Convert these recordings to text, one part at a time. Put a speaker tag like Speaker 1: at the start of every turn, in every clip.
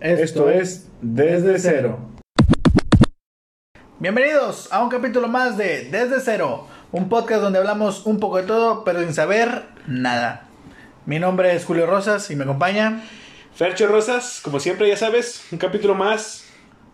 Speaker 1: Esto es Desde Cero.
Speaker 2: Bienvenidos a un capítulo más de Desde Cero, un podcast donde hablamos un poco de todo, pero sin saber nada. Mi nombre es Julio Rosas y me acompaña.
Speaker 3: Fercho Rosas, como siempre, ya sabes, un capítulo más.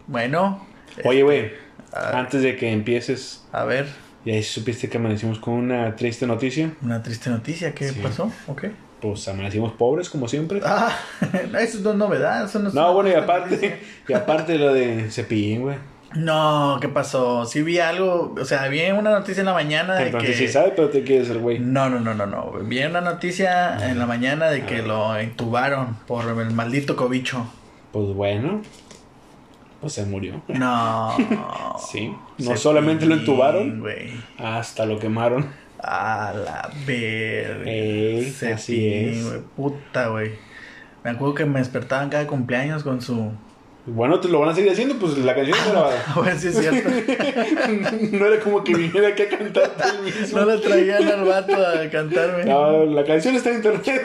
Speaker 2: Bueno,
Speaker 3: Oye, güey,
Speaker 2: a-
Speaker 3: antes de que empieces,
Speaker 2: a ver,
Speaker 3: ¿y ahí supiste que amanecimos con una triste noticia?
Speaker 2: una triste noticia, ¿qué
Speaker 3: Sí.
Speaker 2: pasó? ¿O qué?
Speaker 3: Pues amanecimos pobres, como siempre.
Speaker 2: Ah, eso no es novedad, eso no es-
Speaker 3: No, bueno, y aparte, y aparte lo de Cepillín, güey.
Speaker 2: No, ¿qué pasó? Sí vi algo, o sea, vi una noticia en la mañana de
Speaker 3: Entonces
Speaker 2: que...
Speaker 3: sí sabe, pero te quieres el güey.
Speaker 2: No, no, no, no, no. Vi una noticia en la mañana de que lo intubaron por el maldito cobicho.
Speaker 3: Pues bueno, pues se murió.
Speaker 2: No.
Speaker 3: Sí, no
Speaker 2: Cepillín,
Speaker 3: solamente lo entubaron,
Speaker 2: güey.
Speaker 3: hasta lo quemaron.
Speaker 2: A la verga.
Speaker 3: Ey,
Speaker 2: Cepillín,
Speaker 3: así es.
Speaker 2: güey. Puta, güey. Me acuerdo que me despertaban cada cumpleaños con su.
Speaker 3: Bueno, te lo van a seguir haciendo, pues la canción no era,
Speaker 2: A ver si es cierto.
Speaker 3: no era como que viniera aquí a cantarte el mismo.
Speaker 2: no le traían al vato a cantarme.
Speaker 3: No, la canción está en internet.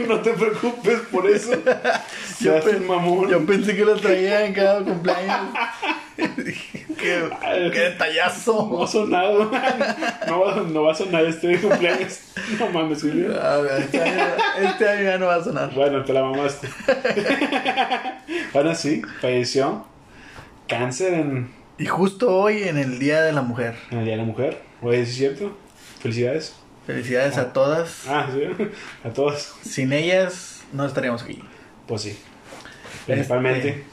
Speaker 3: No te preocupes por eso. Se hace
Speaker 2: pe-
Speaker 3: el mamón.
Speaker 2: yo pensé que lo traían cada cumpleaños. qué, qué
Speaker 3: No
Speaker 2: detallazo.
Speaker 3: ha sonado. No va, no va a sonar este cumpleaños. No mames, Julio.
Speaker 2: A ver, este año, este año ya no va a sonar.
Speaker 3: Bueno, te la mamaste. Ahora sí, falleció. Cáncer en,
Speaker 2: Y justo hoy en el Día de la Mujer.
Speaker 3: en el Día de la Mujer. Oye, ¿sí es cierto? Felicidades.
Speaker 2: Felicidades a todas.
Speaker 3: Ah, sí. A todos.
Speaker 2: Sin ellas no estaríamos aquí.
Speaker 3: Pues sí. Principalmente.
Speaker 2: Este-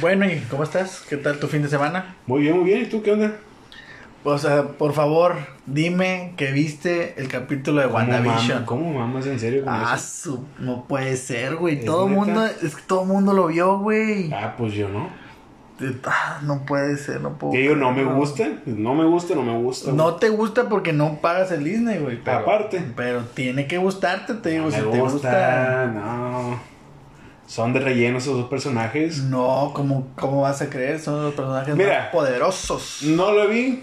Speaker 2: Bueno, ¿y cómo estás? ¿Qué tal tu fin de semana?
Speaker 3: Muy bien, muy bien. ¿Y tú qué onda?
Speaker 2: O sea, por favor, dime que viste el capítulo de
Speaker 3: ¿Cómo
Speaker 2: WandaVision.
Speaker 3: mam- ¿Cómo mamas en serio? con
Speaker 2: Ah,
Speaker 3: eso?
Speaker 2: su- no puede ser, güey.
Speaker 3: ¿Es
Speaker 2: Todo el
Speaker 3: neta?
Speaker 2: mundo, es que todo mundo lo vio, güey.
Speaker 3: ah, pues yo no.
Speaker 2: Ah, no puede ser, no puedo.
Speaker 3: Yo digo, no me
Speaker 2: creerlo.
Speaker 3: gusta, no me gusta, no me gusta.
Speaker 2: No te gusta porque no pagas el Disney, güey. pero-
Speaker 3: Aparte.
Speaker 2: Pero tiene que gustarte, te digo,
Speaker 3: No
Speaker 2: si
Speaker 3: me
Speaker 2: te
Speaker 3: gusta,
Speaker 2: gusta.
Speaker 3: no. Son de relleno esos dos personajes.
Speaker 2: No, ¿cómo, ¿cómo vas a creer? Son los personajes
Speaker 3: Mira.
Speaker 2: más poderosos.
Speaker 3: No lo vi,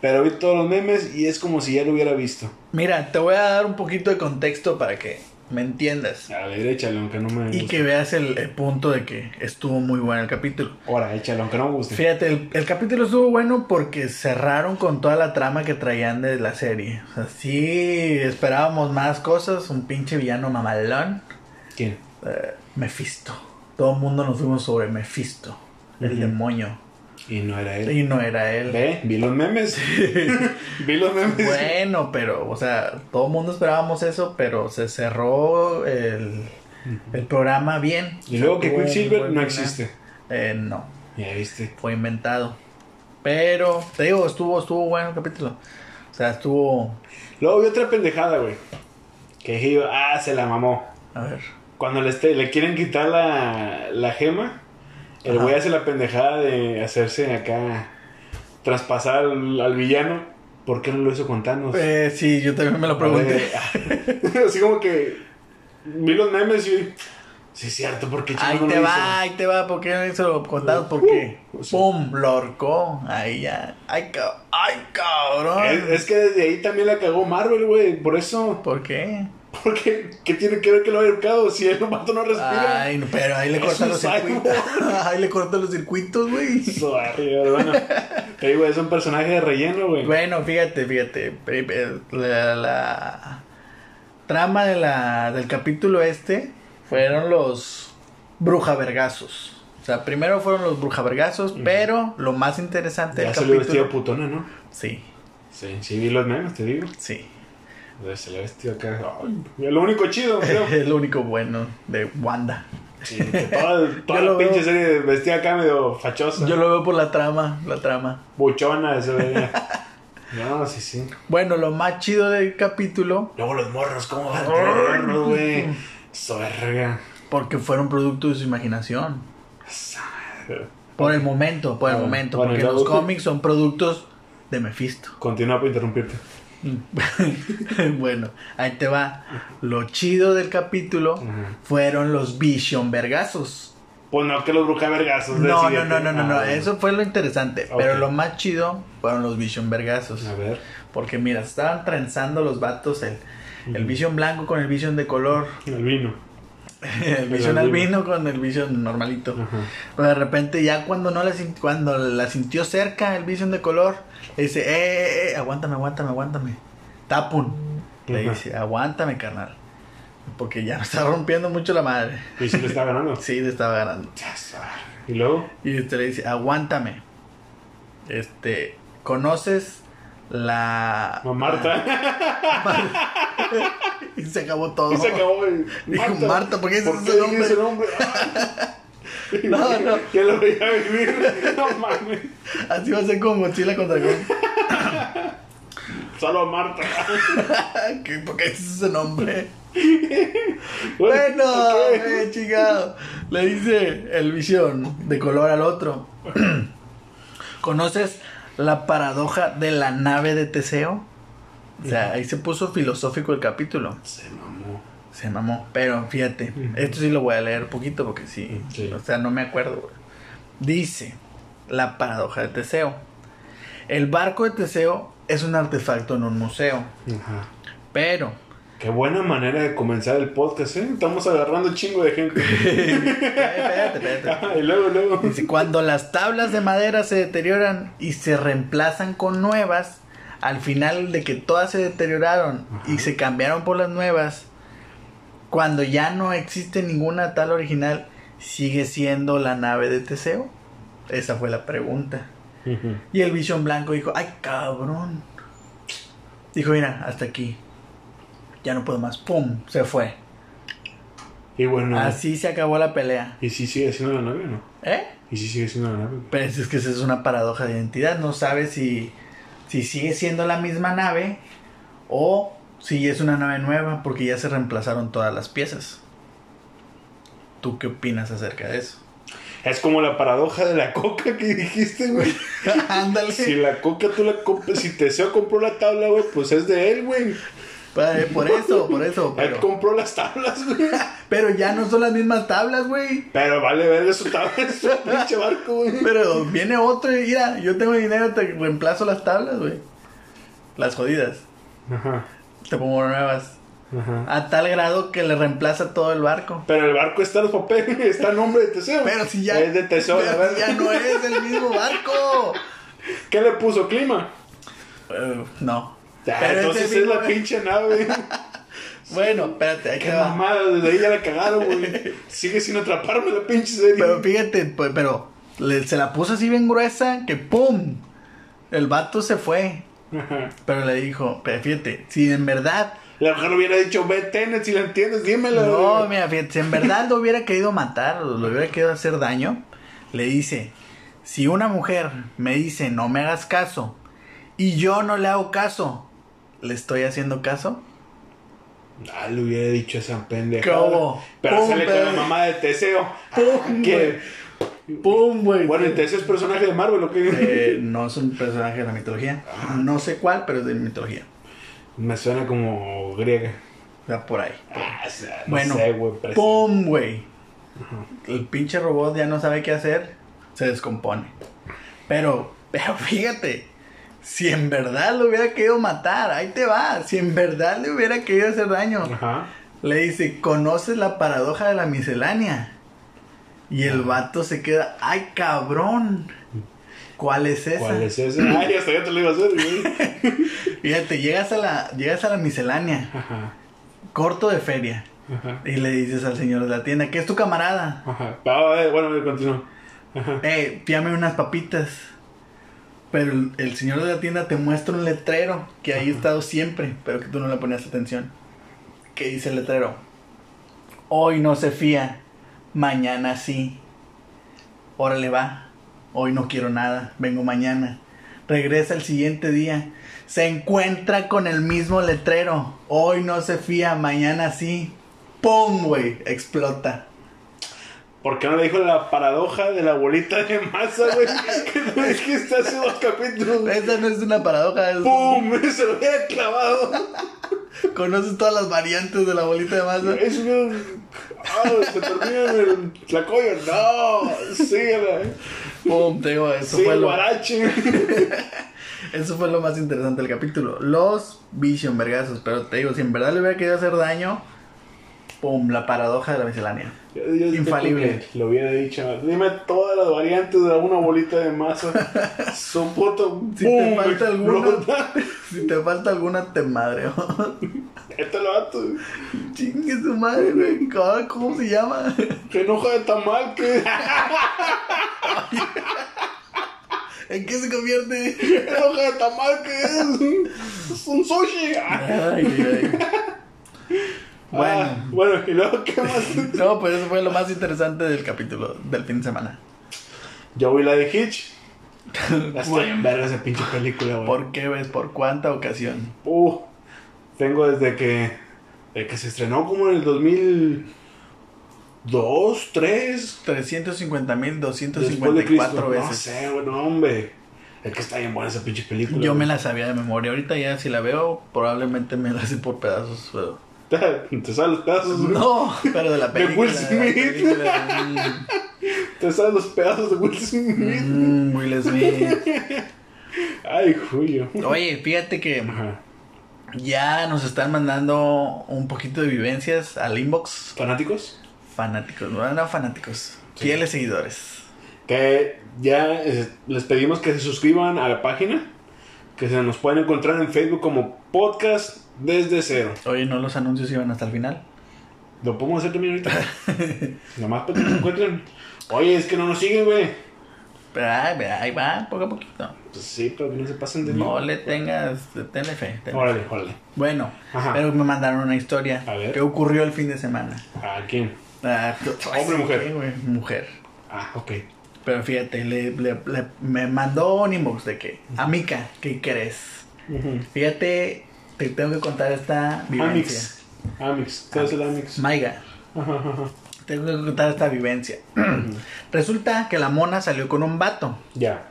Speaker 3: pero vi todos los memes y es como si ya lo hubiera visto.
Speaker 2: Mira, te voy a dar un poquito de contexto para que me entiendas.
Speaker 3: A ver, échalo, aunque no me guste.
Speaker 2: Y que veas el, el punto de que estuvo muy bueno el capítulo.
Speaker 3: Ahora, échalo, aunque no me guste.
Speaker 2: Fíjate, el, el capítulo estuvo bueno porque cerraron con toda la trama que traían de la serie. O sea, sí esperábamos más cosas, un pinche villano mamalón.
Speaker 3: ¿Quién?
Speaker 2: Eh, Mephisto. Todo el mundo nos fuimos sobre Mephisto, el
Speaker 3: Ujú.
Speaker 2: demonio.
Speaker 3: Y no era él.
Speaker 2: Y no era él.
Speaker 3: Ve, vi los memes. vi los memes.
Speaker 2: Bueno, pero, o sea, todo el mundo esperábamos eso, pero se cerró el, el programa bien.
Speaker 3: Y luego que
Speaker 2: Tuvo un
Speaker 3: Quicksilver
Speaker 2: buen
Speaker 3: no
Speaker 2: final.
Speaker 3: existe.
Speaker 2: Eh, no,
Speaker 3: Ya viste.
Speaker 2: fue inventado. Pero, te digo, estuvo, estuvo bueno el capítulo. O sea, estuvo...
Speaker 3: Luego vi otra pendejada, güey. Que dije yo, ah, se la mamó.
Speaker 2: A ver.
Speaker 3: Cuando le, este- le quieren quitar la, la gema, el
Speaker 2: Ajá.
Speaker 3: güey hace la pendejada de hacerse acá, traspasar al, al villano. ¿Por qué no lo hizo con Thanos?
Speaker 2: Eh, sí, yo también me lo pregunté.
Speaker 3: Eh, Así como que vi los memes y... Sí, es cierto, porque
Speaker 2: Ahí te va, ahí te va, ¿por qué no hizo contados? Porque,
Speaker 3: Uh, sí.
Speaker 2: ¡pum! Lo ahorcó. Ahí ya. ¡Ay, ca- ay cabrón!
Speaker 3: Es, es que desde ahí también la cagó Marvel, güey. Por eso,
Speaker 2: ¿Por qué?
Speaker 3: porque ¿qué tiene que ver que lo haya educado si el vato no respira?
Speaker 2: Ay, no, pero ahí le
Speaker 3: Pues Es
Speaker 2: cortan
Speaker 3: un
Speaker 2: los
Speaker 3: cyborg.
Speaker 2: circuitos. ahí le cortan los circuitos, güey.
Speaker 3: Sorry, pero bueno. Te digo, es un personaje de relleno, güey.
Speaker 2: Bueno, fíjate, fíjate. pre- pre- La, la trama de la, del capítulo este fueron los brujavergazos. O sea, primero fueron los brujavergazos, pero lo más interesante
Speaker 3: Ya
Speaker 2: del
Speaker 3: salió
Speaker 2: capítulo.
Speaker 3: vestido putona, ¿no?
Speaker 2: Sí,
Speaker 3: Sí, sí, vi los memes, te digo.
Speaker 2: sí.
Speaker 3: A ver, Se le vestido acá. Ay, es lo único chido, creo.
Speaker 2: Es lo único bueno de Wanda.
Speaker 3: Sí, que toda toda
Speaker 2: Yo lo
Speaker 3: la pinche
Speaker 2: veo.
Speaker 3: serie vestida acá medio fachosa.
Speaker 2: Yo lo veo por la trama, la trama.
Speaker 3: Buchona, se veía. No, sí, sí.
Speaker 2: Bueno, lo más chido del capítulo,
Speaker 3: Luego los morros, ¿cómo van? Los morros, güey. Soberga.
Speaker 2: porque fueron producto de su imaginación.
Speaker 3: Esa-
Speaker 2: Por el momento, por el
Speaker 3: Ah,
Speaker 2: momento.
Speaker 3: bueno,
Speaker 2: porque
Speaker 3: y luego-
Speaker 2: los cómics son productos de Mephisto.
Speaker 3: Continúa por interrumpirte.
Speaker 2: bueno, ahí te va. Lo chido del capítulo
Speaker 3: Ajá.
Speaker 2: fueron los Vision Vergazos.
Speaker 3: Pues no, que los brujavergazos.
Speaker 2: No, no,
Speaker 3: decían,
Speaker 2: no, no, no, no.
Speaker 3: ah,
Speaker 2: Eso fue lo interesante.
Speaker 3: Ok. Ah.
Speaker 2: Pero lo más chido fueron los Vision Vergazos.
Speaker 3: A ver.
Speaker 2: Porque mira, estaban trenzando los vatos el, el Vision blanco con el Vision de color.
Speaker 3: El vino.
Speaker 2: El Vision
Speaker 3: albino.
Speaker 2: albino con el Vision normalito.
Speaker 3: Ajá.
Speaker 2: Pero de repente ya cuando no la sin- cuando la sintió cerca el Vision de color, le dice, eh, eh, eh, aguántame, aguántame, aguántame. Tapun. Le
Speaker 3: Ajá.
Speaker 2: dice, aguántame, carnal. Porque ya me está rompiendo mucho la madre.
Speaker 3: Y sí le está ganando.
Speaker 2: Sí, le estaba ganando.
Speaker 3: Y luego,
Speaker 2: Y usted le dice, aguántame. Este, ¿conoces la...
Speaker 3: a Marta.
Speaker 2: Y se acabó todo.
Speaker 3: Y se acabó el.
Speaker 2: Dijo, Marta, ¿por qué dices ese
Speaker 3: dices ese nombre?
Speaker 2: No, no.
Speaker 3: Ya lo voy a vivir. No mames.
Speaker 2: Así va a ser como mochila contra con.
Speaker 3: Solo a Marta.
Speaker 2: ¿Qué- ¿Por qué dices ese nombre?
Speaker 3: Bueno,
Speaker 2: Bueno,
Speaker 3: ok.
Speaker 2: eh, chingado. Le dice el visión de color al otro. ¿Conoces la paradoja de la nave de Teseo? O sea, ahí se puso filosófico el capítulo.
Speaker 3: Se mamó.
Speaker 2: Se mamó. Pero fíjate,
Speaker 3: Ujú.
Speaker 2: esto sí lo voy a leer un poquito porque sí.
Speaker 3: Sí.
Speaker 2: O sea, no me acuerdo. güey. Dice la paradoja de Teseo. El barco de Teseo es un artefacto en un museo.
Speaker 3: Ajá.
Speaker 2: Pero
Speaker 3: Qué buena manera de comenzar el podcast, ¿eh? Estamos agarrando chingo de gente.
Speaker 2: Espérate, espérate.
Speaker 3: Ajá, y luego, luego.
Speaker 2: Dice, cuando las tablas de madera se deterioran y se reemplazan con nuevas, al final de que todas se deterioraron y se cambiaron por las nuevas, cuando ya no existe ninguna tal original, ¿sigue siendo la nave de Teseo? Esa fue la pregunta. Y el Vision Blanco dijo, ay cabrón. Dijo, mira, hasta aquí. Ya no puedo más. ¡Pum! Se fue.
Speaker 3: Y bueno.
Speaker 2: Así se acabó la pelea.
Speaker 3: ¿Y si sigue siendo la nave o no?
Speaker 2: ¿Eh?
Speaker 3: ¿Y si sigue siendo la nave?
Speaker 2: Pero es que esa es una paradoja de identidad. No sabes si, si sigue siendo la misma nave o si es una nave nueva porque ya se reemplazaron todas las piezas. ¿Tú qué opinas acerca de eso?
Speaker 3: Es como la paradoja de la coca que dijiste, güey.
Speaker 2: Ándale.
Speaker 3: Si la coca tú la compras, si Teseo compró la tabla, güey, pues es de él, güey.
Speaker 2: Padre, Eh, Por eso, por eso.
Speaker 3: Él
Speaker 2: Pero,
Speaker 3: compró las tablas, güey.
Speaker 2: pero ya no son las mismas tablas, güey.
Speaker 3: Pero vale verga su tabla, su pinche barco, güey.
Speaker 2: Pero viene otro y mira, yo tengo dinero, te reemplazo las tablas, güey. Las jodidas.
Speaker 3: Ajá,
Speaker 2: Te pongo nuevas.
Speaker 3: ajá.
Speaker 2: A tal grado que le reemplaza todo el barco.
Speaker 3: Pero el barco está en los papeles, está el nombre de Teseo.
Speaker 2: Pero si ya.
Speaker 3: Es de Teseo, la
Speaker 2: pero si
Speaker 3: verdad.
Speaker 2: ya no es el mismo barco.
Speaker 3: ¿Qué le puso clima?
Speaker 2: Eh, no.
Speaker 3: Ya,
Speaker 2: Pero
Speaker 3: entonces
Speaker 2: es
Speaker 3: es,
Speaker 2: el mismo-
Speaker 3: la pinche nave.
Speaker 2: Bueno, espérate, ahí
Speaker 3: Qué
Speaker 2: te va.
Speaker 3: mamada, desde ahí ya la cagaron, güey. Sigue sin atraparme la pinche serie.
Speaker 2: Pero fíjate, pues, pero le- se la puso así bien gruesa que ¡pum! El vato se fue.
Speaker 3: Ajá.
Speaker 2: Pero le dijo, pero fíjate, si en verdad.
Speaker 3: La mujer hubiera dicho, ve Tenet, si la entiendes, dímelo.
Speaker 2: No,
Speaker 3: güey".
Speaker 2: mira, fíjate, si en verdad lo hubiera querido matar, lo hubiera querido hacer daño, le dice: Si una mujer me dice no me hagas caso y yo no le hago caso, ¿le estoy haciendo caso?
Speaker 3: Ah, le hubiera dicho esa pendeja.
Speaker 2: ¿Cómo?
Speaker 3: Pero
Speaker 2: Pum,
Speaker 3: sale con la
Speaker 2: güey.
Speaker 3: mamá de Teseo.
Speaker 2: Pum,
Speaker 3: que,
Speaker 2: ¡Pum, güey!
Speaker 3: bueno, el Teseo es personaje de Marvel, ¿o qué?
Speaker 2: Eh, no es un personaje de la mitología. No sé cuál, pero es de mitología.
Speaker 3: Me suena como griega.
Speaker 2: O sea, por ahí.
Speaker 3: Ah, o sea, no
Speaker 2: Bueno,
Speaker 3: sé, güey, pero-
Speaker 2: ¡Pum, güey! El pinche robot ya no sabe qué hacer. Se descompone. Pero, pero fíjate. Si en verdad lo hubiera querido matar, ahí te va. Si en verdad le hubiera querido hacer daño.
Speaker 3: Ajá.
Speaker 2: Le dice, ¿conoces la paradoja de la miscelánea? Y
Speaker 3: Ah.
Speaker 2: el vato se queda, ¡ay, cabrón! ¿Cuál es esa?
Speaker 3: ¿Cuál es ese? Ay, hasta ya te lo iba a hacer, güey.
Speaker 2: Fíjate, llegas a la, llegas a la miscelánea,
Speaker 3: Ajá.
Speaker 2: corto de feria,
Speaker 3: Ajá.
Speaker 2: y le dices al señor de la tienda, que es tu camarada?
Speaker 3: Ajá. Ah, eh, bueno, yo continúo.
Speaker 2: Eh, píame unas papitas. Pero el, el señor de la tienda te muestra un letrero que ahí ha estado siempre, pero que tú no le ponías atención. ¿Qué dice el letrero? Hoy no se fía, mañana sí. Órale va, hoy no quiero nada, vengo mañana. Regresa el siguiente día, se encuentra con el mismo letrero. Hoy no se fía, mañana sí. ¡Pum, güey! Explota.
Speaker 3: ¿Por qué no le dijo la paradoja de la bolita de masa, güey? Que no dijiste hace dos capítulos. güey.
Speaker 2: Esa no es una paradoja, es un-
Speaker 3: ¡Pum! Se lo hubiera clavado.
Speaker 2: Conoces todas las variantes de la bolita de masa.
Speaker 3: Es un... Ah, se termina en el tlacoyo. No, síguela. ¿eh?
Speaker 2: Pum, te digo, eso,
Speaker 3: Sí,
Speaker 2: fue
Speaker 3: el
Speaker 2: lo,
Speaker 3: guarache.
Speaker 2: eso fue lo más interesante del capítulo. Los Vision Vergazos. Pero te digo, si en verdad le hubiera querido hacer daño, Pum, la paradoja de la miscelánea.
Speaker 3: Yo- yo estoy
Speaker 2: Infalible.
Speaker 3: con él, Lo hubiera dicho. Dime todas las variantes de una bolita de masa. Soporto.
Speaker 2: Si te falta alguna, si te falta alguna, te madre.
Speaker 3: Este lo vato.
Speaker 2: Chingue su madre, güey. Ahora, ¿Cómo se llama?
Speaker 3: Que enoja de tamal que.
Speaker 2: ¿En qué se convierte?
Speaker 3: que enoja de tamal que es. un- Es un sushi. Ah,
Speaker 2: Ay, ay.
Speaker 3: ah,
Speaker 2: Bueno.
Speaker 3: bueno, y luego, ¿qué más?
Speaker 2: No, pues eso fue lo más interesante del capítulo del fin de semana.
Speaker 3: Yo vi la de Hitch. Este, La estoy en verga esa pinche película, güey.
Speaker 2: ¿Por qué ves? ¿Por cuánta ocasión?
Speaker 3: Uh, tengo desde que, de que se estrenó como en el 2002, 3,
Speaker 2: 350.254
Speaker 3: después de Cristo. No
Speaker 2: veces.
Speaker 3: sé, güey, no, hombre. Es que está bien buena esa pinche película.
Speaker 2: Yo me
Speaker 3: güey.
Speaker 2: la sabía de memoria. Ahorita ya si la veo, probablelemente me la sé por pedazos. Pero...
Speaker 3: Te, te salen los pedazos, güey.
Speaker 2: No, pero de la
Speaker 3: Ah, De
Speaker 2: película.
Speaker 3: Will
Speaker 2: de la
Speaker 3: Smith.
Speaker 2: película.
Speaker 3: Te salen los pedazos de Will Smith.
Speaker 2: Mm, mm, Will Smith.
Speaker 3: Ay, Julio.
Speaker 2: Oye, fíjate que
Speaker 3: Ajá.
Speaker 2: ya nos están mandando un poquito de vivencias al inbox.
Speaker 3: ¿Fanáticos?
Speaker 2: Fanáticos, no, no fanáticos. Fieles seguidores.
Speaker 3: Que ya eh, les pedimos que se suscriban a la página. Que se nos pueden encontrar en Facebook como Podcast Desde Cero.
Speaker 2: Oye, ¿no los anuncios iban hasta el final?
Speaker 3: Lo podemos hacer también ahorita. Nomás para que nos encuentren. Oye, es que no nos siguen, güey.
Speaker 2: Pero ahí, ahí va, poco a poquito.
Speaker 3: Pues sí, pero que no se pasen de
Speaker 2: No le tengas, tenle fe. tenle fe.
Speaker 3: Órale, órale.
Speaker 2: Bueno,
Speaker 3: Ajá.
Speaker 2: pero me mandaron una historia.
Speaker 3: A ver.
Speaker 2: ¿Qué ocurrió el fin de semana?
Speaker 3: ¿A quién?
Speaker 2: Ah, tú- ay,
Speaker 3: Hombre,
Speaker 2: sí,
Speaker 3: mujer.
Speaker 2: güey, mujer.
Speaker 3: Ah, ok.
Speaker 2: Pero fíjate, le, le- le- me mandó un inbox de que, Amica, ¿qué crees? Fíjate, te tengo que contar esta vivencia.
Speaker 3: Amix. Amix. ¿Qué es el Amix?
Speaker 2: Maiga,
Speaker 3: Ajá, ajá.
Speaker 2: tengo que contar esta vivencia. Resulta que la mona salió con un vato.
Speaker 3: Ya.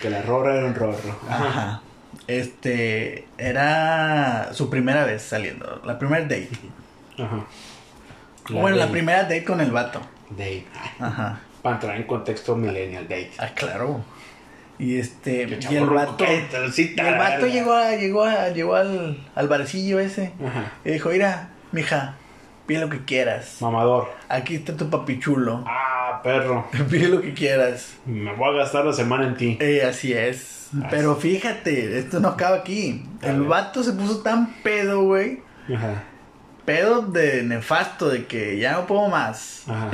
Speaker 3: Que la rorra era un rorro.
Speaker 2: Ajá. Este, era su primera vez saliendo, la primera date.
Speaker 3: Ajá.
Speaker 2: bueno, la
Speaker 3: date.
Speaker 2: primera date con el vato.
Speaker 3: Date. Ay,
Speaker 2: Ajá.
Speaker 3: Para entrar en contexto millennial date.
Speaker 2: Ah, claro. Y este,
Speaker 3: Que
Speaker 2: y
Speaker 3: chavo
Speaker 2: el
Speaker 3: ruco,
Speaker 2: vato,
Speaker 3: que te- sí,
Speaker 2: y el vato
Speaker 3: tarara.
Speaker 2: llegó, a- llegó, a- llegó al, al barcillo ese.
Speaker 3: Ajá.
Speaker 2: Y dijo, mira, mija, pide lo que quieras.
Speaker 3: Mamador.
Speaker 2: Aquí está tu papichulo.
Speaker 3: Ah, perro.
Speaker 2: Pide lo que quieras.
Speaker 3: Me voy a gastar la semana en ti.
Speaker 2: Eh, así es.
Speaker 3: Ah,
Speaker 2: Pero fíjate, esto no acaba aquí.
Speaker 3: A
Speaker 2: El
Speaker 3: ver.
Speaker 2: vato se puso tan pedo, güey.
Speaker 3: Ajá.
Speaker 2: Pedo de nefasto, de que ya no puedo más.
Speaker 3: Ajá.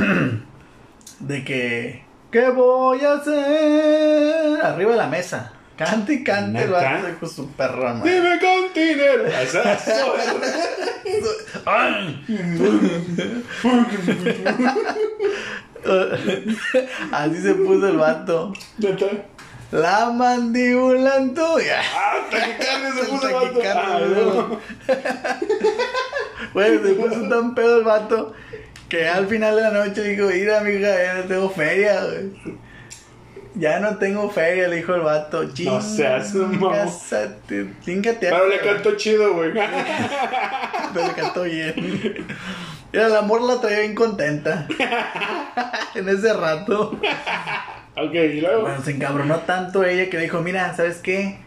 Speaker 2: De que, ¿qué voy a hacer? Arriba de la mesa. Cante y cante el
Speaker 3: ¿Neta?
Speaker 2: vato con su perra, madre.
Speaker 3: Dime con dinero. Esa- eso es.
Speaker 2: Así se puso el vato.
Speaker 3: Neta.
Speaker 2: La mandíbula en tuya.
Speaker 3: Ah, taquicardia se
Speaker 2: El
Speaker 3: puso el vato.
Speaker 2: taquicardia,
Speaker 3: Ah,
Speaker 2: ¿no?
Speaker 3: no.
Speaker 2: Güey, se puso tan pedo el vato que al final de la noche le dijo, mira, mija, ya no tengo feria, güey. Ya no tengo feria, le dijo el vato.
Speaker 3: No seas un mamón.
Speaker 2: Chingásate, chingate.
Speaker 3: Pero le cantó chido, güey.
Speaker 2: Pero le cantó bien. Mira, el amor la traía bien contenta. en ese rato.
Speaker 3: ok, y luego.
Speaker 2: Bueno, se encabronó tanto ella que le dijo, mira, ¿sabes qué?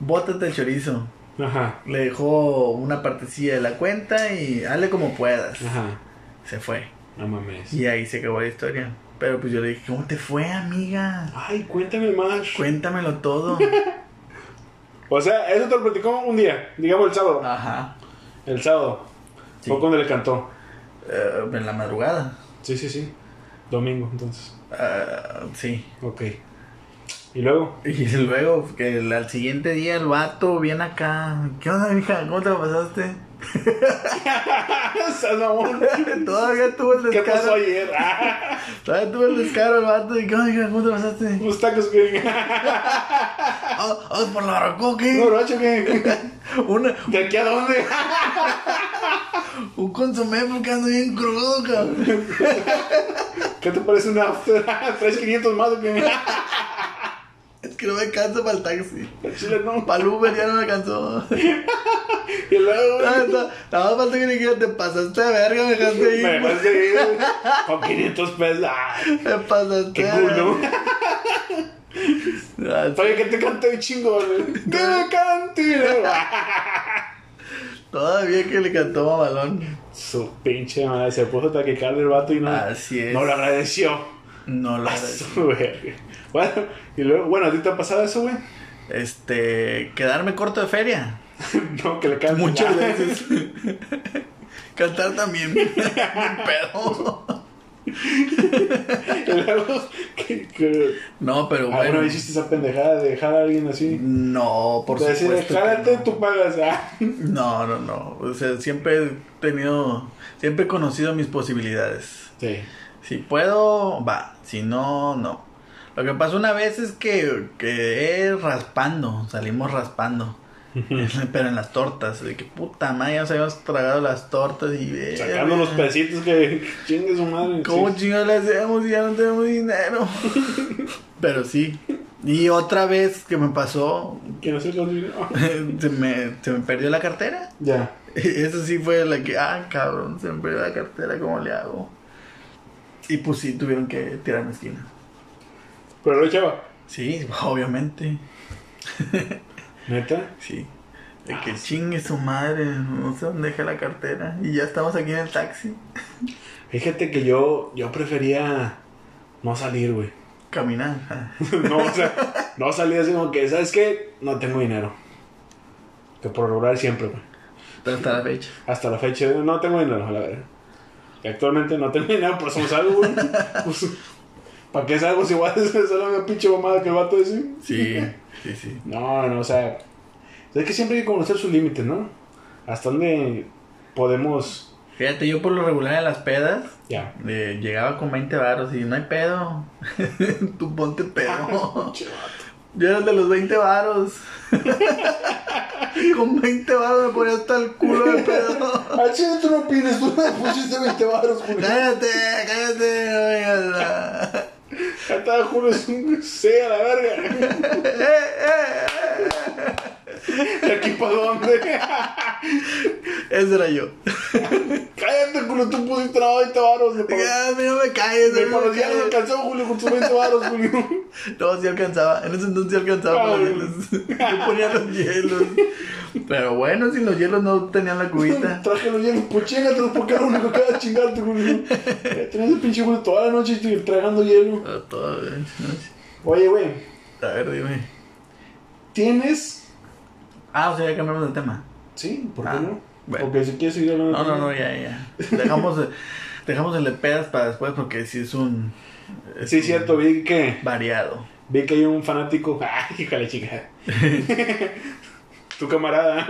Speaker 2: Bótate el chorizo.
Speaker 3: Ajá,
Speaker 2: Le dejó una partecilla de la cuenta y hazle como puedas.
Speaker 3: ajá.
Speaker 2: Se fue.
Speaker 3: No mames.
Speaker 2: Y ahí se acabó la historia. Pero pues yo le dije, ¿cómo te fue, amiga?
Speaker 3: Ay, cuéntame más.
Speaker 2: Cuéntamelo todo.
Speaker 3: O sea, eso te lo platicó un día, digamos el sábado.
Speaker 2: Ajá.
Speaker 3: El sábado.
Speaker 2: Ah. Sí.
Speaker 3: Fue cuando le cantó.
Speaker 2: Eh, en la madrugada.
Speaker 3: Sí, sí, sí. Domingo, entonces.
Speaker 2: Ah, sí.
Speaker 3: Ok. Y luego.
Speaker 2: Y luego, que el- al siguiente día el vato viene acá. ¿Qué onda, mija? ¿Cómo te la pasaste?
Speaker 3: Estás mamón.
Speaker 2: Todavía tuvo el
Speaker 3: Ah, ¿Qué
Speaker 2: descaro.
Speaker 3: pasó ayer? Ah,
Speaker 2: Todavía tuvo el descaro el vato. ¿Y qué onda, mija? ¿Cómo te la pasaste?
Speaker 3: Unos tacos que.
Speaker 2: Ah, ah, por la barbacoa,
Speaker 3: No,
Speaker 2: ¿qué?
Speaker 3: borracho que.
Speaker 2: Una-
Speaker 3: ¿De aquí a dónde?
Speaker 2: un consomé porque ando bien crudo, cabrón.
Speaker 3: ¿Qué te parece un after? ¿Traes 500 más o qué?
Speaker 2: Es que no me canso para el taxi.
Speaker 3: Al Chile no.
Speaker 2: Para el Uber ya no me cansó.
Speaker 3: Y luego.
Speaker 2: Nada nada más falta que le dijera, te pasaste de verga, me dejaste
Speaker 3: Me
Speaker 2: ir. güey.
Speaker 3: dejaste ir con 500 pesos. Ah,
Speaker 2: Te pasaste.
Speaker 3: qué
Speaker 2: de Ah,
Speaker 3: culo.
Speaker 2: verga.
Speaker 3: Ah. Oye, que te cante un chingón. Te me cante.
Speaker 2: Todavía que le cantó a Malón.
Speaker 3: Su pinche madre se puso taquicardia el vato y no,
Speaker 2: Así Ah, es.
Speaker 3: no lo agradeció.
Speaker 2: No lo
Speaker 3: A
Speaker 2: agradeció.
Speaker 3: su verga. Bueno, y luego, bueno, ¿a ti te ha pasado eso, güey?
Speaker 2: Este, quedarme corto de feria.
Speaker 3: No, que le caen
Speaker 2: Muchas veces. Cantar también. Pero.
Speaker 3: Y luego, que, que-
Speaker 2: No, pero
Speaker 3: ¿Alguna
Speaker 2: bueno.
Speaker 3: vez hiciste esa pendejada de dejar a alguien así?
Speaker 2: No, por
Speaker 3: de decir,
Speaker 2: supuesto. que
Speaker 3: Pues, jálate,
Speaker 2: no.
Speaker 3: tú pagas. Ah,
Speaker 2: No, no, no. O sea, siempre he tenido, siempre he conocido mis posibilidades.
Speaker 3: Sí.
Speaker 2: Si puedo, va. Si no, no. Lo que pasó una vez es que quedé raspando, salimos raspando. Pero en las tortas, de que puta madre, ya nos habíamos tragado las tortas y... eh,
Speaker 3: Sacando los
Speaker 2: verga.
Speaker 3: pesitos que chingue su madre.
Speaker 2: ¿Cómo
Speaker 3: sí.
Speaker 2: chingados le hacemos si ya no tenemos dinero? Pero sí. Y otra vez que me pasó,
Speaker 3: Que no se los olvidó.
Speaker 2: se me, se me perdió la cartera.
Speaker 3: Ya.
Speaker 2: Eso sí fue la que, ah, cabrón, se me perdió la cartera, ¿cómo le hago? Y pues sí, tuvieron que tirarme esquina.
Speaker 3: Pero lo chava.
Speaker 2: Sí, obviamente.
Speaker 3: ¿Neta?
Speaker 2: Sí. De que chingue su madre, no sé dónde dejé la cartera. Y ya estamos aquí en el taxi.
Speaker 3: Fíjate que yo, yo prefería no salir, güey.
Speaker 2: Caminar. ah.
Speaker 3: No, o sea, no salir así como que, ¿sabes qué? No tengo dinero. Que por lograr siempre, güey.
Speaker 2: Pero hasta la fecha.
Speaker 3: Hasta la fecha no tengo dinero, a la verdad. Y actualmente no tengo dinero, pero somos algo, güey. Pues, ¿Para qué salgo si igual es solo una pinche mamada que el vato ese?
Speaker 2: Sí, sí, sí.
Speaker 3: No, no, o sea. Es que siempre hay que conocer sus límites, ¿no? Hasta dónde podemos.
Speaker 2: Fíjate, yo por lo regular en las pedas
Speaker 3: Ya.
Speaker 2: eh, llegaba con 20 varos y no hay pedo. Tú ponte pedo.
Speaker 3: Pinche vato.
Speaker 2: Yo era el de los 20 varos. Con 20 varos me ponía hasta el culo de pedo.
Speaker 3: Al chile tú no pides, tú me pusiste 20 baros, Julio.
Speaker 2: Cállate, cállate, no digas nada.
Speaker 3: Acá Julio es un C a la verga.
Speaker 2: Eh, eh,
Speaker 3: ¿De aquí para dónde?
Speaker 2: eh. Ese era yo.
Speaker 3: Cállate, Julio, tú pusiste los 20 baros. Me pagó-
Speaker 2: Ya, a mí no me calles. a
Speaker 3: me
Speaker 2: mí no
Speaker 3: conocía
Speaker 2: calles.
Speaker 3: la canción, Julio, con tus 20 baros, Julio.
Speaker 2: No, sí alcanzaba. En ese entonces sí alcanzaba para
Speaker 3: Ay.
Speaker 2: los hielos. Yo ponía los hielos. Pero bueno, sin los hielos no tenían la cubita.
Speaker 3: Traje los hielos, pues chégatelos porque era lo único que iba a chingarte, Julio. Eh, Tenías el pinche Julio toda la noche estoy tragando hielo.
Speaker 2: A toda vez, ¿no?
Speaker 3: Oye, güey,
Speaker 2: A ver, dime.
Speaker 3: ¿tienes?
Speaker 2: Ah, o sea, ya cambiamos de tema.
Speaker 3: Sí, ¿por qué
Speaker 2: Ah,
Speaker 3: no?
Speaker 2: bueno.
Speaker 3: Porque si quieres seguir hablando.
Speaker 2: No, no, no, ya, ya. Dejamos, dejamos el de pedas para después porque sí es un. es
Speaker 3: Sí,
Speaker 2: un
Speaker 3: cierto, vi que,
Speaker 2: Variado.
Speaker 3: vi que hay un fanático. ¡Ay, híjole, chica! tu camarada,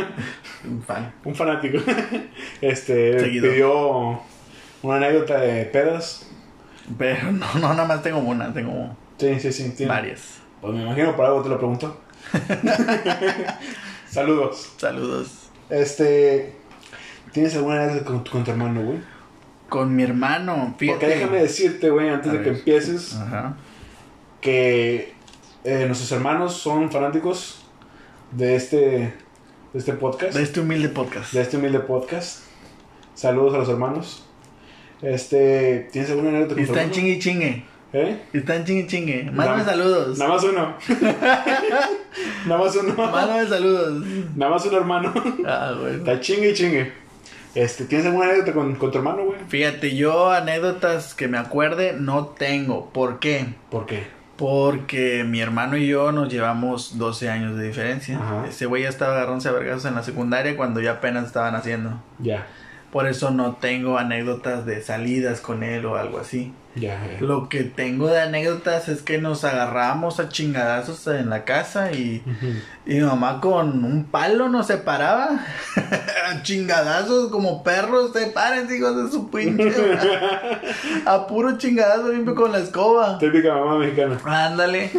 Speaker 2: Un fan.
Speaker 3: un fanático. este,
Speaker 2: Seguidor.
Speaker 3: pidió una anécdota de pedas.
Speaker 2: Pero no, no, nada más tengo una, tengo
Speaker 3: Sí, sí, sí, tiene.
Speaker 2: varias.
Speaker 3: Pues me imagino por algo te lo pregunto. Saludos.
Speaker 2: Saludos.
Speaker 3: Este. ¿Tienes alguna anécdota con, con tu hermano, güey?
Speaker 2: Con mi hermano, fíjate.
Speaker 3: Porque déjame decirte, güey, antes
Speaker 2: A
Speaker 3: de que
Speaker 2: ver.
Speaker 3: empieces,
Speaker 2: Ajá.
Speaker 3: que eh, nuestros hermanos son fanáticos de este, de este podcast,
Speaker 2: De este humilde podcast.
Speaker 3: de este humilde podcast. Saludos a los hermanos. Este, ¿tienes alguna anécdota
Speaker 2: Y
Speaker 3: con tu
Speaker 2: están
Speaker 3: hermano?
Speaker 2: chingue y chingue.
Speaker 3: ¿Eh?
Speaker 2: Y están chingue y chingue. Mándame
Speaker 3: Nada-
Speaker 2: saludos.
Speaker 3: Nada más uno. Nada más uno.
Speaker 2: Mándame saludos.
Speaker 3: Nada más un hermano.
Speaker 2: Ah, güey.
Speaker 3: Está chingue y chingue. Este, ¿tienes alguna anécdota con, con tu hermano, güey?
Speaker 2: Fíjate, yo anécdotas que me acuerde no tengo. ¿Por qué?
Speaker 3: ¿Por qué?
Speaker 2: Porque mi hermano y yo nos llevamos 12 años de diferencia.
Speaker 3: Ajá.
Speaker 2: Ese güey ya estaba agarrándose a vergazos en la secundaria cuando ya apenas estaban haciendo.
Speaker 3: Ya,
Speaker 2: Por eso no tengo anécdotas de salidas con él o algo así.
Speaker 3: ya, ya.
Speaker 2: Lo que tengo de anécdotas es que nos agarramos a chingadazos en la casa y,
Speaker 3: Ujú.
Speaker 2: y mi mamá con un palo nos separaba. a chingadazos como perros, sepárense hijos de su pinche. a puro chingadazo limpio con la escoba.
Speaker 3: Típica mamá mexicana.
Speaker 2: Ándale.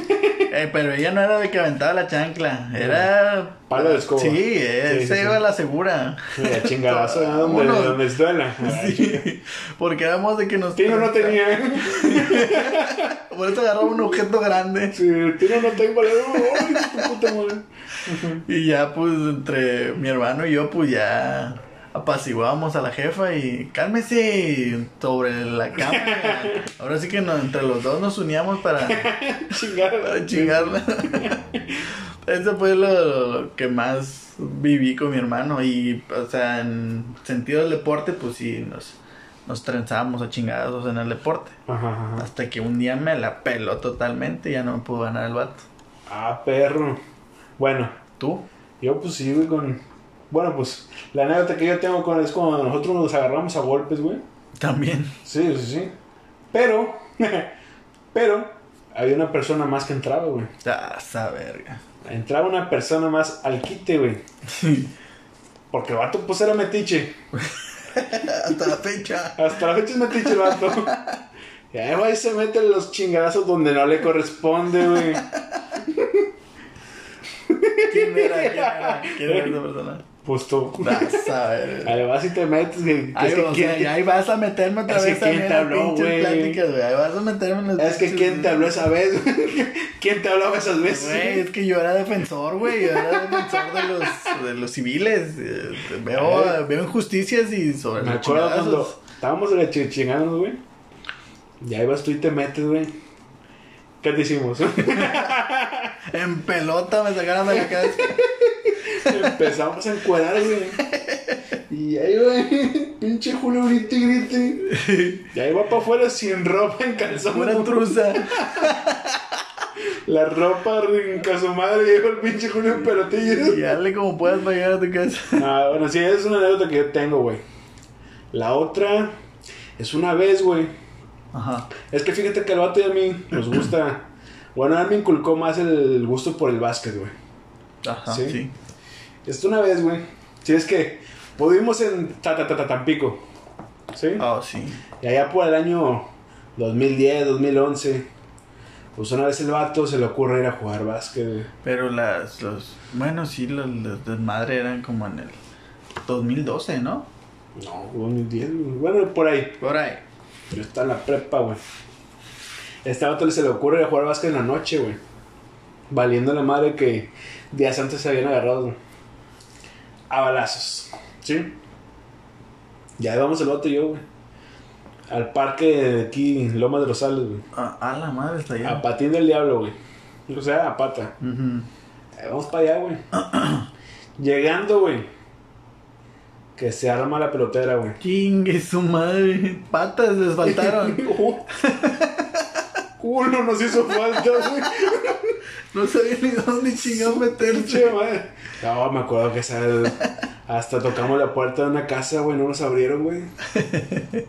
Speaker 2: Eh, pero ella no era de que aventaba la chancla. Era.
Speaker 3: Palo de escoba.
Speaker 2: Sí, eh,
Speaker 3: Sí, sí,
Speaker 2: se
Speaker 3: sí.
Speaker 2: iba a la segura.
Speaker 3: Mira, chingadazo, ¿eh? donde,
Speaker 2: Vámonos.
Speaker 3: donde duela.
Speaker 2: Sí, porque éramos de que nos.
Speaker 3: Ah, Tino no tenía. ¿eh?
Speaker 2: Por eso agarraba un objeto grande.
Speaker 3: Sí, tino no tengo. Le digo, "Ay, tu puta madre".
Speaker 2: Y ya, pues, entre mi hermano y yo, pues ya apaciguábamos a la jefa y cálmese sobre la cama. Ahora sí que nos- entre los dos nos uníamos para,
Speaker 3: Chingada.
Speaker 2: para chingarla. Eso fue lo, lo que más viví con mi hermano y, o sea, en sentido del deporte, pues sí, nos, nos trenzábamos a chingados en el deporte.
Speaker 3: Ajá, ajá, ajá.
Speaker 2: Hasta que un día me la peló totalmente y ya no me pudo ganar el vato.
Speaker 3: Ah, perro. Bueno,
Speaker 2: ¿Tú?
Speaker 3: yo pues sí, güey, con... Bueno, pues la anécdota que yo tengo con es cuando nosotros nos agarramos a golpes, güey.
Speaker 2: También.
Speaker 3: Sí, sí, sí. Pero, pero, había una persona más que entraba, güey.
Speaker 2: Ah, esa verga.
Speaker 3: Entraba una persona más al quite, güey. Porque el vato pues era metiche.
Speaker 2: Hasta la fecha.
Speaker 3: Hasta la fecha es metiche el vato. Y ahí va y se mete los chingadazos donde no le corresponde, güey.
Speaker 2: ¿Quién era? ¿Quién era? ¿Quién era esa persona?
Speaker 3: Pues tú.
Speaker 2: Ah, esa verga.
Speaker 3: Ahí vas y te metes, güey.
Speaker 2: Ay,
Speaker 3: Es que
Speaker 2: o
Speaker 3: quién
Speaker 2: sea,
Speaker 3: te-
Speaker 2: ahí vas a meterme otra
Speaker 3: Es que
Speaker 2: vez también
Speaker 3: ¿quién te
Speaker 2: a
Speaker 3: habló,
Speaker 2: pinches
Speaker 3: güey?
Speaker 2: pláticas, güey. Ahí vas a meterme en los
Speaker 3: Es que quién te habló esa vez, ¿Quién te hablaba esas veces?
Speaker 2: Pues Güey, es que yo era defensor, güey. Yo era defensor de los, de los civiles. Eh,
Speaker 3: Ay.
Speaker 2: Veo, veo injusticias y sobre
Speaker 3: Me
Speaker 2: pues, los
Speaker 3: acuerdo
Speaker 2: chingazos.
Speaker 3: cuando estábamos chingando, güey. Y ahí vas tú y te metes, güey. ¿Qué te hicimos?
Speaker 2: En pelota me sacaron de la casa.
Speaker 3: Empezamos a encuadrar, güey. Y ahí, güey, pinche Julio grite y grite. Y ahí va para afuera sin ropa, en calzón.
Speaker 2: Una truza.
Speaker 3: La ropa rinca su madre y llegó el pinche Julio en pelotillas.
Speaker 2: Y dale como puedas para llegar a tu casa.
Speaker 3: Ah, bueno, sí, es una anécdota que yo tengo, güey. La otra es una vez, güey.
Speaker 2: Ajá.
Speaker 3: Es que fíjate que al vato y a mí nos gusta. Bueno, a mí me inculcó más el gusto por el básquet, güey.
Speaker 2: Ajá.
Speaker 3: Sí.
Speaker 2: Sí.
Speaker 3: Esto una vez, güey. Si es que pudimos en ta, ta, ta, ta, Tampico. ¿Sí?
Speaker 2: Oh, sí.
Speaker 3: Y allá por el año 2010, 2011. Pues una vez el vato se le ocurre ir a jugar básquet, güey.
Speaker 2: Pero las, los, bueno, sí, los, los desmadre eran como en el 2012, ¿no?
Speaker 3: No, 2010, güey. Bueno, por ahí.
Speaker 2: Por ahí.
Speaker 3: Yo estaba en la prepa, güey. Este vato se le ocurre ir a jugar básquet en la noche, güey. Valiendo la madre que días antes se habían agarrado güey. a balazos. ¿Sí? Ya vamos el vato y yo, güey. Al parque de aquí, Lomas de Rosales, güey.
Speaker 2: Ah, a la madre está allá.
Speaker 3: A patín del diablo, güey. O sea, a pata.
Speaker 2: Ujú.
Speaker 3: Ahí vamos para allá, güey. Llegando, güey. Que se arma la pelotera, güey.
Speaker 2: Chingue su madre. Patas les faltaron.
Speaker 3: Oh. Culo nos hizo falta, güey.
Speaker 2: No sabía ni dónde chingados meterse.
Speaker 3: Pinche madre. No, me acuerdo que esa hasta tocamos la puerta de una casa, güey, no nos abrieron, güey.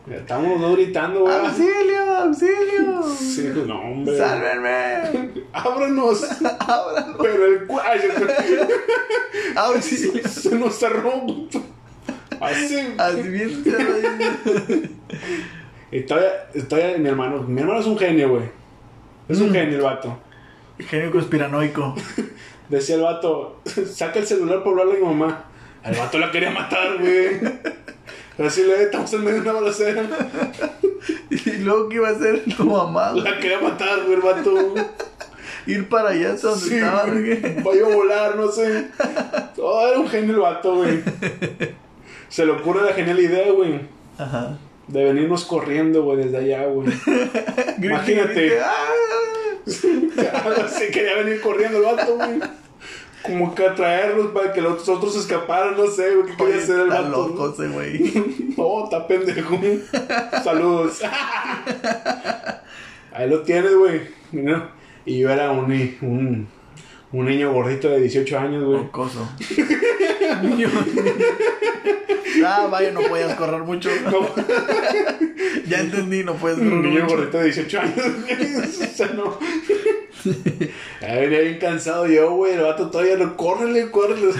Speaker 3: Estábamos dos gritando, güey.
Speaker 2: Ah, ¡Auxilio! ¡Auxilio!
Speaker 3: Sí, pues, no, hombre.
Speaker 2: ¡Sálvenme!
Speaker 3: Ábranos.
Speaker 2: ¡Ahora!
Speaker 3: Pero el cuello
Speaker 2: ¡Auxilio!
Speaker 3: se nos cerró. puto. Así.
Speaker 2: Así bien se lo dice.
Speaker 3: Y todavía, todavía mi hermano, mi hermano es un genio, güey. Es un genio el vato.
Speaker 2: Genio conspiranoico.
Speaker 3: Decía el vato, saca el celular para hablarle a mi mamá. Al vato la quería matar, güey. Así le estamos en medio de una balacera.
Speaker 2: Y luego, ¿qué iba a hacer tu mamá?
Speaker 3: La quería matar, güey, el vato.
Speaker 2: Ir para allá hasta donde
Speaker 3: Sí,
Speaker 2: estaba.
Speaker 3: güey. Voy a volar, no sé. Oh, era un genio el vato, güey. Se le ocurre la genial idea, güey.
Speaker 2: Ajá.
Speaker 3: De venirnos corriendo, güey, desde allá, güey. Imagínate.
Speaker 2: Grite, ¡ah!
Speaker 3: Se quería venir corriendo el vato, güey. Como que atraerlos para que los otros escaparan, no sé, güey. ¿Qué
Speaker 2: Oye,
Speaker 3: quería hacer el
Speaker 2: está
Speaker 3: vato?
Speaker 2: loco ese güey.
Speaker 3: No, está pendejo. Saludos. Ahí lo tienes, güey. ¿no? Y yo era un, ni- un, un niño gordito de 18 años, güey.
Speaker 2: Locoso. Niño. ah, vaya, no podías correr mucho. ya entendí, no puedes correr
Speaker 3: Un niño
Speaker 2: mucho.
Speaker 3: gordito de 18 años. güey. o sea, no. Ahí venía bien cansado yo, güey. El vato todavía no. Córrele, córrele.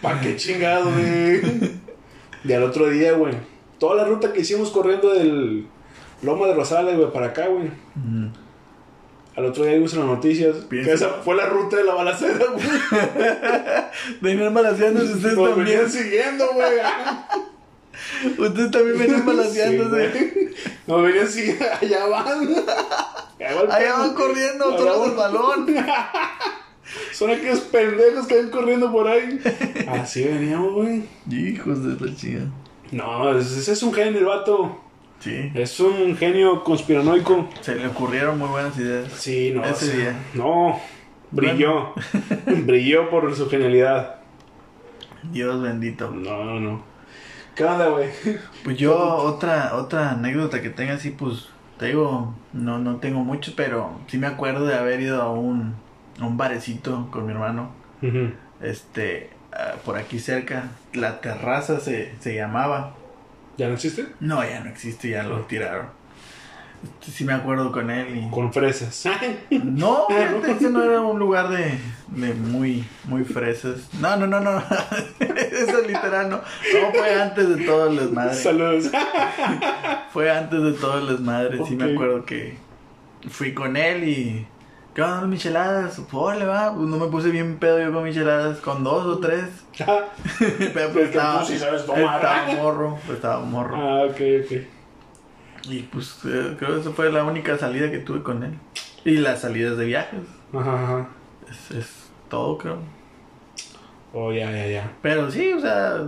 Speaker 3: Pa' qué chingado, güey. Y al otro día, güey. Toda la ruta que hicimos corriendo del Loma de Rosales, güey, para acá, güey.
Speaker 2: Ujú.
Speaker 3: Al otro día vimos en las noticias
Speaker 2: Piensa.
Speaker 3: que esa fue la ruta de la balacera, güey.
Speaker 2: Venían balaseándose ustedes
Speaker 3: Nos
Speaker 2: también.
Speaker 3: venían siguiendo, güey.
Speaker 2: Ustedes también venían balaseándose.
Speaker 3: Sí, güey. Nos venían siguiendo. Allá van. Allá va el
Speaker 2: Allá
Speaker 3: perro.
Speaker 2: van corriendo,
Speaker 3: Allá
Speaker 2: todos
Speaker 3: van.
Speaker 2: el balón.
Speaker 3: Son aquellos pendejos que van corriendo por ahí. Así veníamos, güey.
Speaker 2: Hijos de la chica.
Speaker 3: No, ese es un genio el vato.
Speaker 2: Sí.
Speaker 3: Es un genio conspiranoico.
Speaker 2: Se le ocurrieron muy buenas ideas.
Speaker 3: Sí, no.
Speaker 2: Ese
Speaker 3: o sea,
Speaker 2: día.
Speaker 3: No. Brilló. Brilló por su genialidad.
Speaker 2: Dios bendito.
Speaker 3: No, no, no. ¿Qué onda, güey?
Speaker 2: Pues yo otra otra anécdota que tenga así, pues te digo, no no tengo mucho, pero sí me acuerdo de haber ido a un, a un barecito con mi hermano, este, ah, por aquí cerca, la terraza se, se llamaba.
Speaker 3: ¿Ya no existe?
Speaker 2: No, ya no existe, ya lo tiraron. Este, Sí me acuerdo con él y...
Speaker 3: Con fresas.
Speaker 2: No, fíjate, ese no era un lugar de, de muy, muy fresas. No, no, no, no. Eso literal no. No, fue antes de todo el desmadre.
Speaker 3: Saludos.
Speaker 2: Fue antes de todo el desmadre. Sí me
Speaker 3: Ok.
Speaker 2: acuerdo que fui con él y... ¿Qué onda, unas micheladas? Órale, va. Pues No me puse bien pedo yo con micheladas. Con dos o tres. Pero pues
Speaker 3: Pues que
Speaker 2: estaba,
Speaker 3: tú sí sabes tomar.
Speaker 2: estaba morro. pues estaba morro.
Speaker 3: ah, ok, ok.
Speaker 2: Y pues eh, creo que esa fue la única salida que tuve con él. Y las salidas de viajes.
Speaker 3: Ajá, ajá.
Speaker 2: Es, es todo, creo.
Speaker 3: Oh, ya, ya, ya.
Speaker 2: Pero sí, o sea,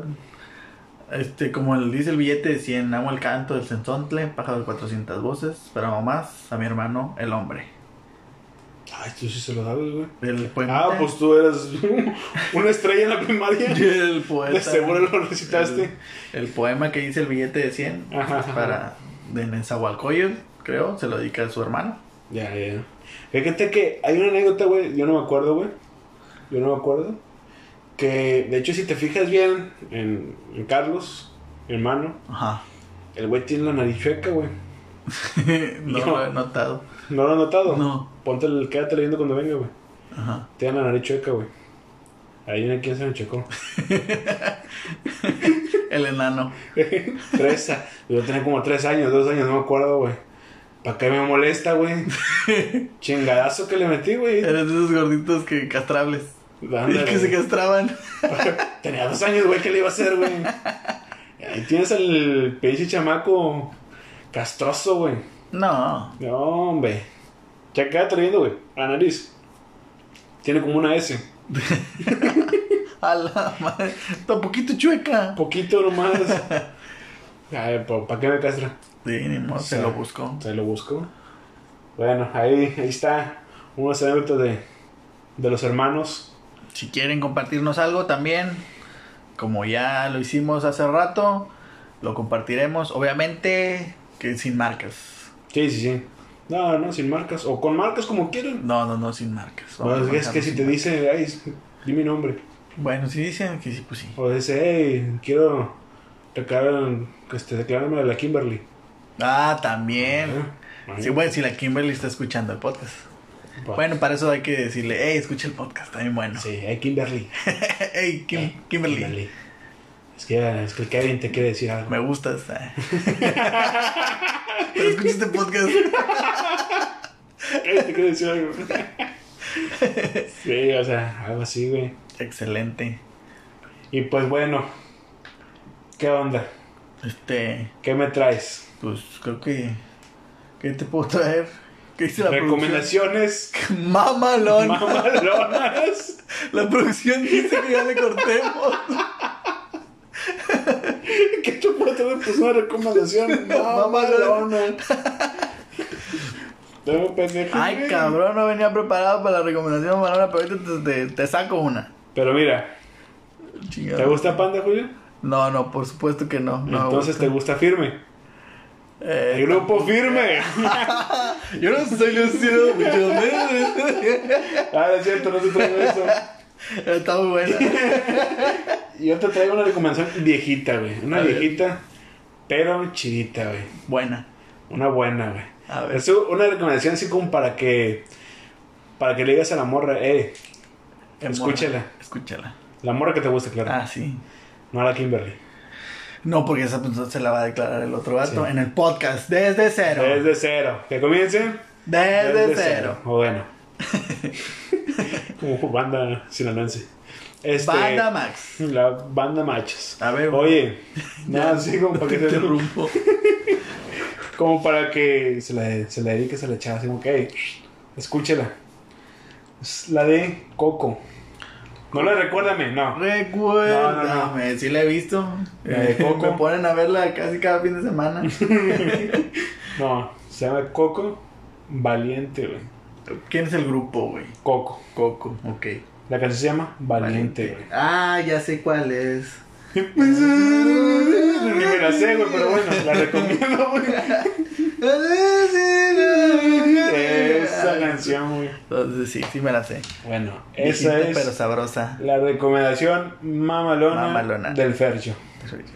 Speaker 2: este, como el- dice el billete de 100, amo el canto del sensontle, pájaro de 400 voces, pero amo más a mi hermano, el hombre.
Speaker 3: Ay, tú sí se lo sabes, güey.
Speaker 2: El poeta.
Speaker 3: Ah, pues tú eras una estrella en la primaria.
Speaker 2: El poeta.
Speaker 3: De seguro lo recitaste.
Speaker 2: El, el poema que dice el billete de 100
Speaker 3: Ajá, ajá.
Speaker 2: para de Nezahualcóyotl, creo, se lo dedica a su hermano.
Speaker 3: Ya, ya, ya. Fíjate que hay una anécdota, güey. Yo no me acuerdo, güey. Yo no me acuerdo. Que, de hecho, si te fijas bien en, en Carlos, mi hermano,
Speaker 2: Ajá.
Speaker 3: el güey tiene la nariz chueca, güey.
Speaker 2: no
Speaker 3: No.
Speaker 2: lo he notado.
Speaker 3: ¿No lo has notado?
Speaker 2: No.
Speaker 3: Ponte el, quédate leyendo cuando venga, güey.
Speaker 2: Ajá.
Speaker 3: Tiene la nariz chueca, güey. Ahí viene quién se me checó.
Speaker 2: El enano.
Speaker 3: tres, a- yo tenía como tres años, dos años, no me acuerdo, güey. ¿Para qué me molesta, güey? Chingadazo que le metí, güey.
Speaker 2: Eres de esos gorditos que castrables.
Speaker 3: Ándale.
Speaker 2: Que se castraban.
Speaker 3: Tenía dos años, güey, ¿qué le iba a hacer, güey? Ahí tienes al pinche chamaco castroso, güey.
Speaker 2: No.
Speaker 3: No, hombre. Ya quédate viendo, güey. A la nariz. Tiene como una S.
Speaker 2: A la madre. Está un poquito chueca.
Speaker 3: Poquito nomás. Ay, ¿para qué me castra?
Speaker 2: Sí, ni modo, se
Speaker 3: Sí.
Speaker 2: lo buscó.
Speaker 3: Ahí lo busco. Bueno, ahí, ahí está. Unos anécdotas de, de los hermanos.
Speaker 2: Si quieren compartirnos algo también, como ya lo hicimos hace rato, lo compartiremos. Obviamente que sin marcas.
Speaker 3: Sí, sí, sí. No, no, sin marcas. O con marcas como quieran.
Speaker 2: No, no, no, sin marcas.
Speaker 3: No,
Speaker 2: Vamos a
Speaker 3: es que
Speaker 2: dejarlo
Speaker 3: si
Speaker 2: sin
Speaker 3: te
Speaker 2: marcas.
Speaker 3: dice, ay, di mi nombre.
Speaker 2: Bueno, si dicen que sí, pues sí.
Speaker 3: O dice, hey, quiero declarar, este, declararme a la Kimberly.
Speaker 2: Ah, también.
Speaker 3: Ajá.
Speaker 2: Sí, bueno, si la Kimberly está escuchando el podcast.
Speaker 3: Va.
Speaker 2: Bueno, para eso hay que decirle, hey, escucha el podcast, también bueno.
Speaker 3: Sí, hey, Kimberly.
Speaker 2: hey, Kim- Kimberly,
Speaker 3: Kimberly. Es que, es que el Kevin te quiere decir algo.
Speaker 2: me gustas. eh. Pero escucha este podcast.
Speaker 3: Kevin te quiere decir algo. sí, o sea, algo así, güey.
Speaker 2: Excelente.
Speaker 3: Y pues bueno, ¿qué onda?
Speaker 2: Este,
Speaker 3: ¿Qué me traes?
Speaker 2: pues creo que. ¿Qué te puedo traer? ¿Qué dice la
Speaker 3: ¿Recomendaciones?
Speaker 2: producción? Mamalón.
Speaker 3: ¿Mamalonas?
Speaker 2: la producción dice que ya le cortemos.
Speaker 3: ¿Qué te puedo traer? Pues una recomendación.
Speaker 2: Mamalona.
Speaker 3: No, pendejo.
Speaker 2: Ay,
Speaker 3: güey.
Speaker 2: cabrón, no venía preparado para la recomendación mamalona, pero ahorita te, te- te saco una.
Speaker 3: Pero mira,
Speaker 2: Chingado.
Speaker 3: ¿te gusta Panda, Julio?
Speaker 2: No, no, por supuesto que no. no me
Speaker 3: Entonces, ¿te
Speaker 2: gusta.
Speaker 3: gusta Firme?
Speaker 2: Eh,
Speaker 3: El grupo Firme.
Speaker 2: Yo no soy lucido, yo-
Speaker 3: Ah, es cierto, no te traigo eso.
Speaker 2: Está muy buena.
Speaker 3: Yo te traigo una recomendación viejita, güey. Una
Speaker 2: A ver.
Speaker 3: viejita, pero chidita, güey.
Speaker 2: Buena.
Speaker 3: Una buena, güey.
Speaker 2: A ver.
Speaker 3: Es una recomendación así como para que... Para que le digas a la morra, eh, Escúchala.
Speaker 2: Escúchala.
Speaker 3: la morra que te guste, claro.
Speaker 2: Ah, sí.
Speaker 3: No a la Kimberly.
Speaker 2: No, porque esa persona se la va a declarar el otro gato
Speaker 3: Sí.
Speaker 2: en el podcast desde cero. Desde,
Speaker 3: Desde cero. Que comiencen.
Speaker 2: cero.
Speaker 3: O bueno. Como banda sinaloense. Este,
Speaker 2: Banda Max.
Speaker 3: La banda machos.
Speaker 2: A ver,
Speaker 3: Oye, nada, así como para,
Speaker 2: te
Speaker 3: que te-
Speaker 2: interrumpo.
Speaker 3: como para que se la, se la dediques a la chava. Así como que, "Hey, escúchela. Es la de Coco. No la recuérdame, no.
Speaker 2: Recuérdame,
Speaker 3: No, no,
Speaker 2: sí la he visto.
Speaker 3: La de
Speaker 2: Eh,
Speaker 3: Coco.
Speaker 2: me ponen a verla casi cada fin de semana.
Speaker 3: No, se llama Coco Valiente, güey.
Speaker 2: ¿Quién es el grupo, güey?
Speaker 3: Coco.
Speaker 2: Coco, ok.
Speaker 3: La canción se llama Valiente, güey.
Speaker 2: Ah, ya sé cuál es.
Speaker 3: Ni me la sé, güey, pero bueno, la recomiendo, güey. Esa canción, güey.
Speaker 2: Entonces, sí, sí me la sé.
Speaker 3: Bueno, esa
Speaker 2: Esa
Speaker 3: es
Speaker 2: pero sabrosa.
Speaker 3: la recomendación mamalona,
Speaker 2: Mamalona.
Speaker 3: del Fercho.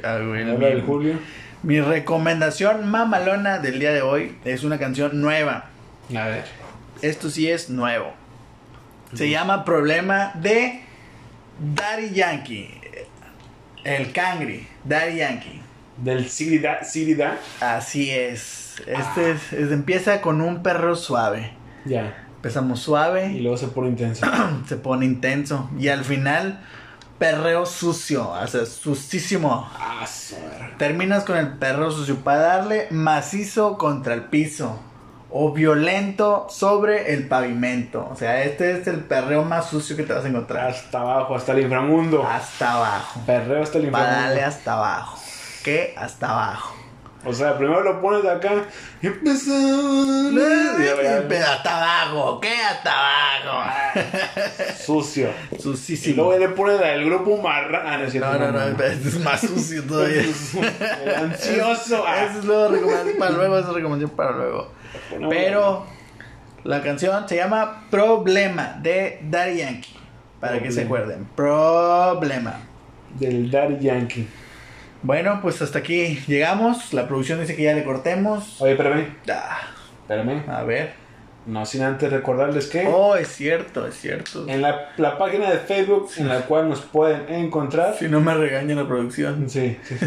Speaker 2: Ah, güey,
Speaker 3: Habla
Speaker 2: mi-
Speaker 3: del Julio.
Speaker 2: mi recomendación mamalona del día de hoy es una canción nueva.
Speaker 3: A ver.
Speaker 2: Esto sí es nuevo. Se llama Problema de Daddy Yankee. El Cangri, Daddy Yankee.
Speaker 3: Del Sirida, Sirida.
Speaker 2: Así es. Este es- es- empieza con un perro suave.
Speaker 3: Ya.
Speaker 2: Empezamos
Speaker 3: Y
Speaker 2: suave,
Speaker 3: luego se pone intenso.
Speaker 2: se pone intenso. Y al final, perreo sucio. O sea, sucísimo.
Speaker 3: ah, su madre.
Speaker 2: Terminas con el perro sucio para darle macizo contra el piso. O violento sobre el pavimento. O sea, este es el perreo más sucio que te vas a encontrar.
Speaker 3: Hasta abajo, hasta el inframundo.
Speaker 2: Hasta abajo.
Speaker 3: Perreo hasta el
Speaker 2: Para
Speaker 3: inframundo.
Speaker 2: darle hasta abajo. ¿Qué? Hasta abajo.
Speaker 3: O sea, primero lo pones de acá. Y empezó. y luego ya-
Speaker 2: Pero hasta abajo. ¿Qué? Hasta abajo.
Speaker 3: Sucio. Y
Speaker 2: Sucísimo.
Speaker 3: luego le pones la del grupo marrano. Ah, no, es cierto,
Speaker 2: No, no, no. Es más sucio todavía.
Speaker 3: El ansioso. ah.
Speaker 2: Eso es luego recomendación para luego. Eso es recomendación para luego. Pero la canción se llama Problema de Daddy Yankee. Para que se
Speaker 3: Problema.
Speaker 2: acuerden. Problema.
Speaker 3: Del Daddy Yankee.
Speaker 2: Bueno, pues hasta aquí llegamos. La producción dice que ya le cortemos.
Speaker 3: Oye, espérame.
Speaker 2: Ah,
Speaker 3: Espérame.
Speaker 2: a ver.
Speaker 3: No sin antes recordarles que.
Speaker 2: Oh, es cierto, es cierto.
Speaker 3: En la, la página de Facebook en la cual nos pueden encontrar.
Speaker 2: Si no me regaña la producción.
Speaker 3: Sí, sí, sí.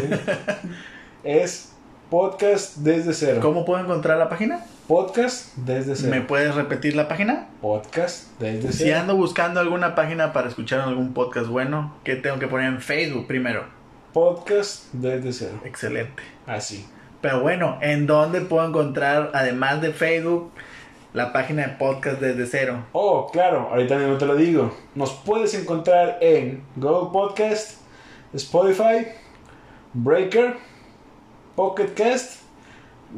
Speaker 3: es Podcast Desde Cero.
Speaker 2: ¿Cómo puedo encontrar la página?
Speaker 3: Podcast Desde Cero.
Speaker 2: ¿Me puedes repetir la página?
Speaker 3: Podcast Desde
Speaker 2: Si
Speaker 3: Cero.
Speaker 2: ando buscando alguna página para escuchar algún podcast bueno, ¿qué tengo que poner en Facebook primero?
Speaker 3: Podcast Desde Cero.
Speaker 2: Excelente.
Speaker 3: Así.
Speaker 2: Pero bueno, ¿en dónde puedo encontrar, además de Facebook, la página de podcast desde cero?
Speaker 3: Oh, claro, ahorita no te lo digo. Nos puedes encontrar en Google Podcast, Spotify, Breaker, Pocket Cast,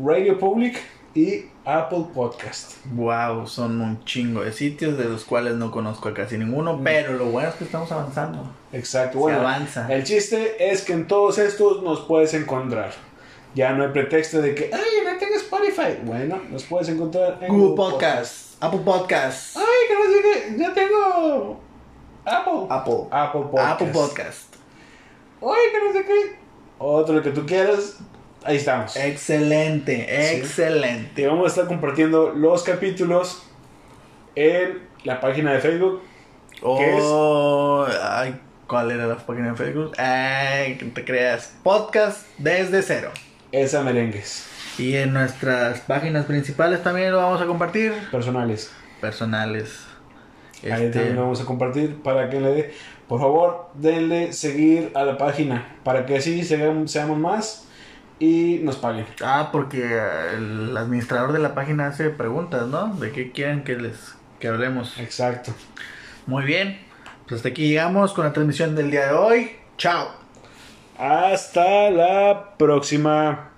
Speaker 3: Radio Public y Apple Podcast.
Speaker 2: Wow, son un chingo de sitios de los cuales no conozco a casi ninguno, pero lo bueno es que estamos avanzando.
Speaker 3: Exacto,
Speaker 2: Se
Speaker 3: bueno.
Speaker 2: avanza.
Speaker 3: El chiste es que en todos estos nos puedes encontrar. Ya no hay pretexto de que, ay, no tengo Spotify. Bueno, nos puedes encontrar en
Speaker 2: Google Podcast, Apple Podcast,
Speaker 3: Ay, que no sé qué, no tengo Apple.
Speaker 2: Apple,
Speaker 3: Apple Podcast.
Speaker 2: Apple Podcast.
Speaker 3: Ay, que no sé qué. Otro lo que tú quieras. Ahí estamos.
Speaker 2: Excelente,
Speaker 3: Sí.
Speaker 2: excelente.
Speaker 3: Te vamos a estar compartiendo los capítulos en la página de Facebook. ¿Qué es?
Speaker 2: Oh, ay, ¿cuál era la página de Facebook? Ay, que te creas. Podcast desde cero.
Speaker 3: Esa merengues.
Speaker 2: Y en nuestras páginas principales también lo vamos a compartir.
Speaker 3: Personales.
Speaker 2: Personales.
Speaker 3: Ahí
Speaker 2: Este,
Speaker 3: también lo vamos a compartir para que le dé. Por favor, denle seguir a la página. Para que así seamos, seamos más y nos paguen.
Speaker 2: ah, porque eh, el administrador de la página hace preguntas, ¿no? De qué quieren que les que hablemos.
Speaker 3: Exacto.
Speaker 2: Muy bien. Pues hasta aquí llegamos con la transmisión del día de hoy. Chao.
Speaker 3: Hasta la próxima.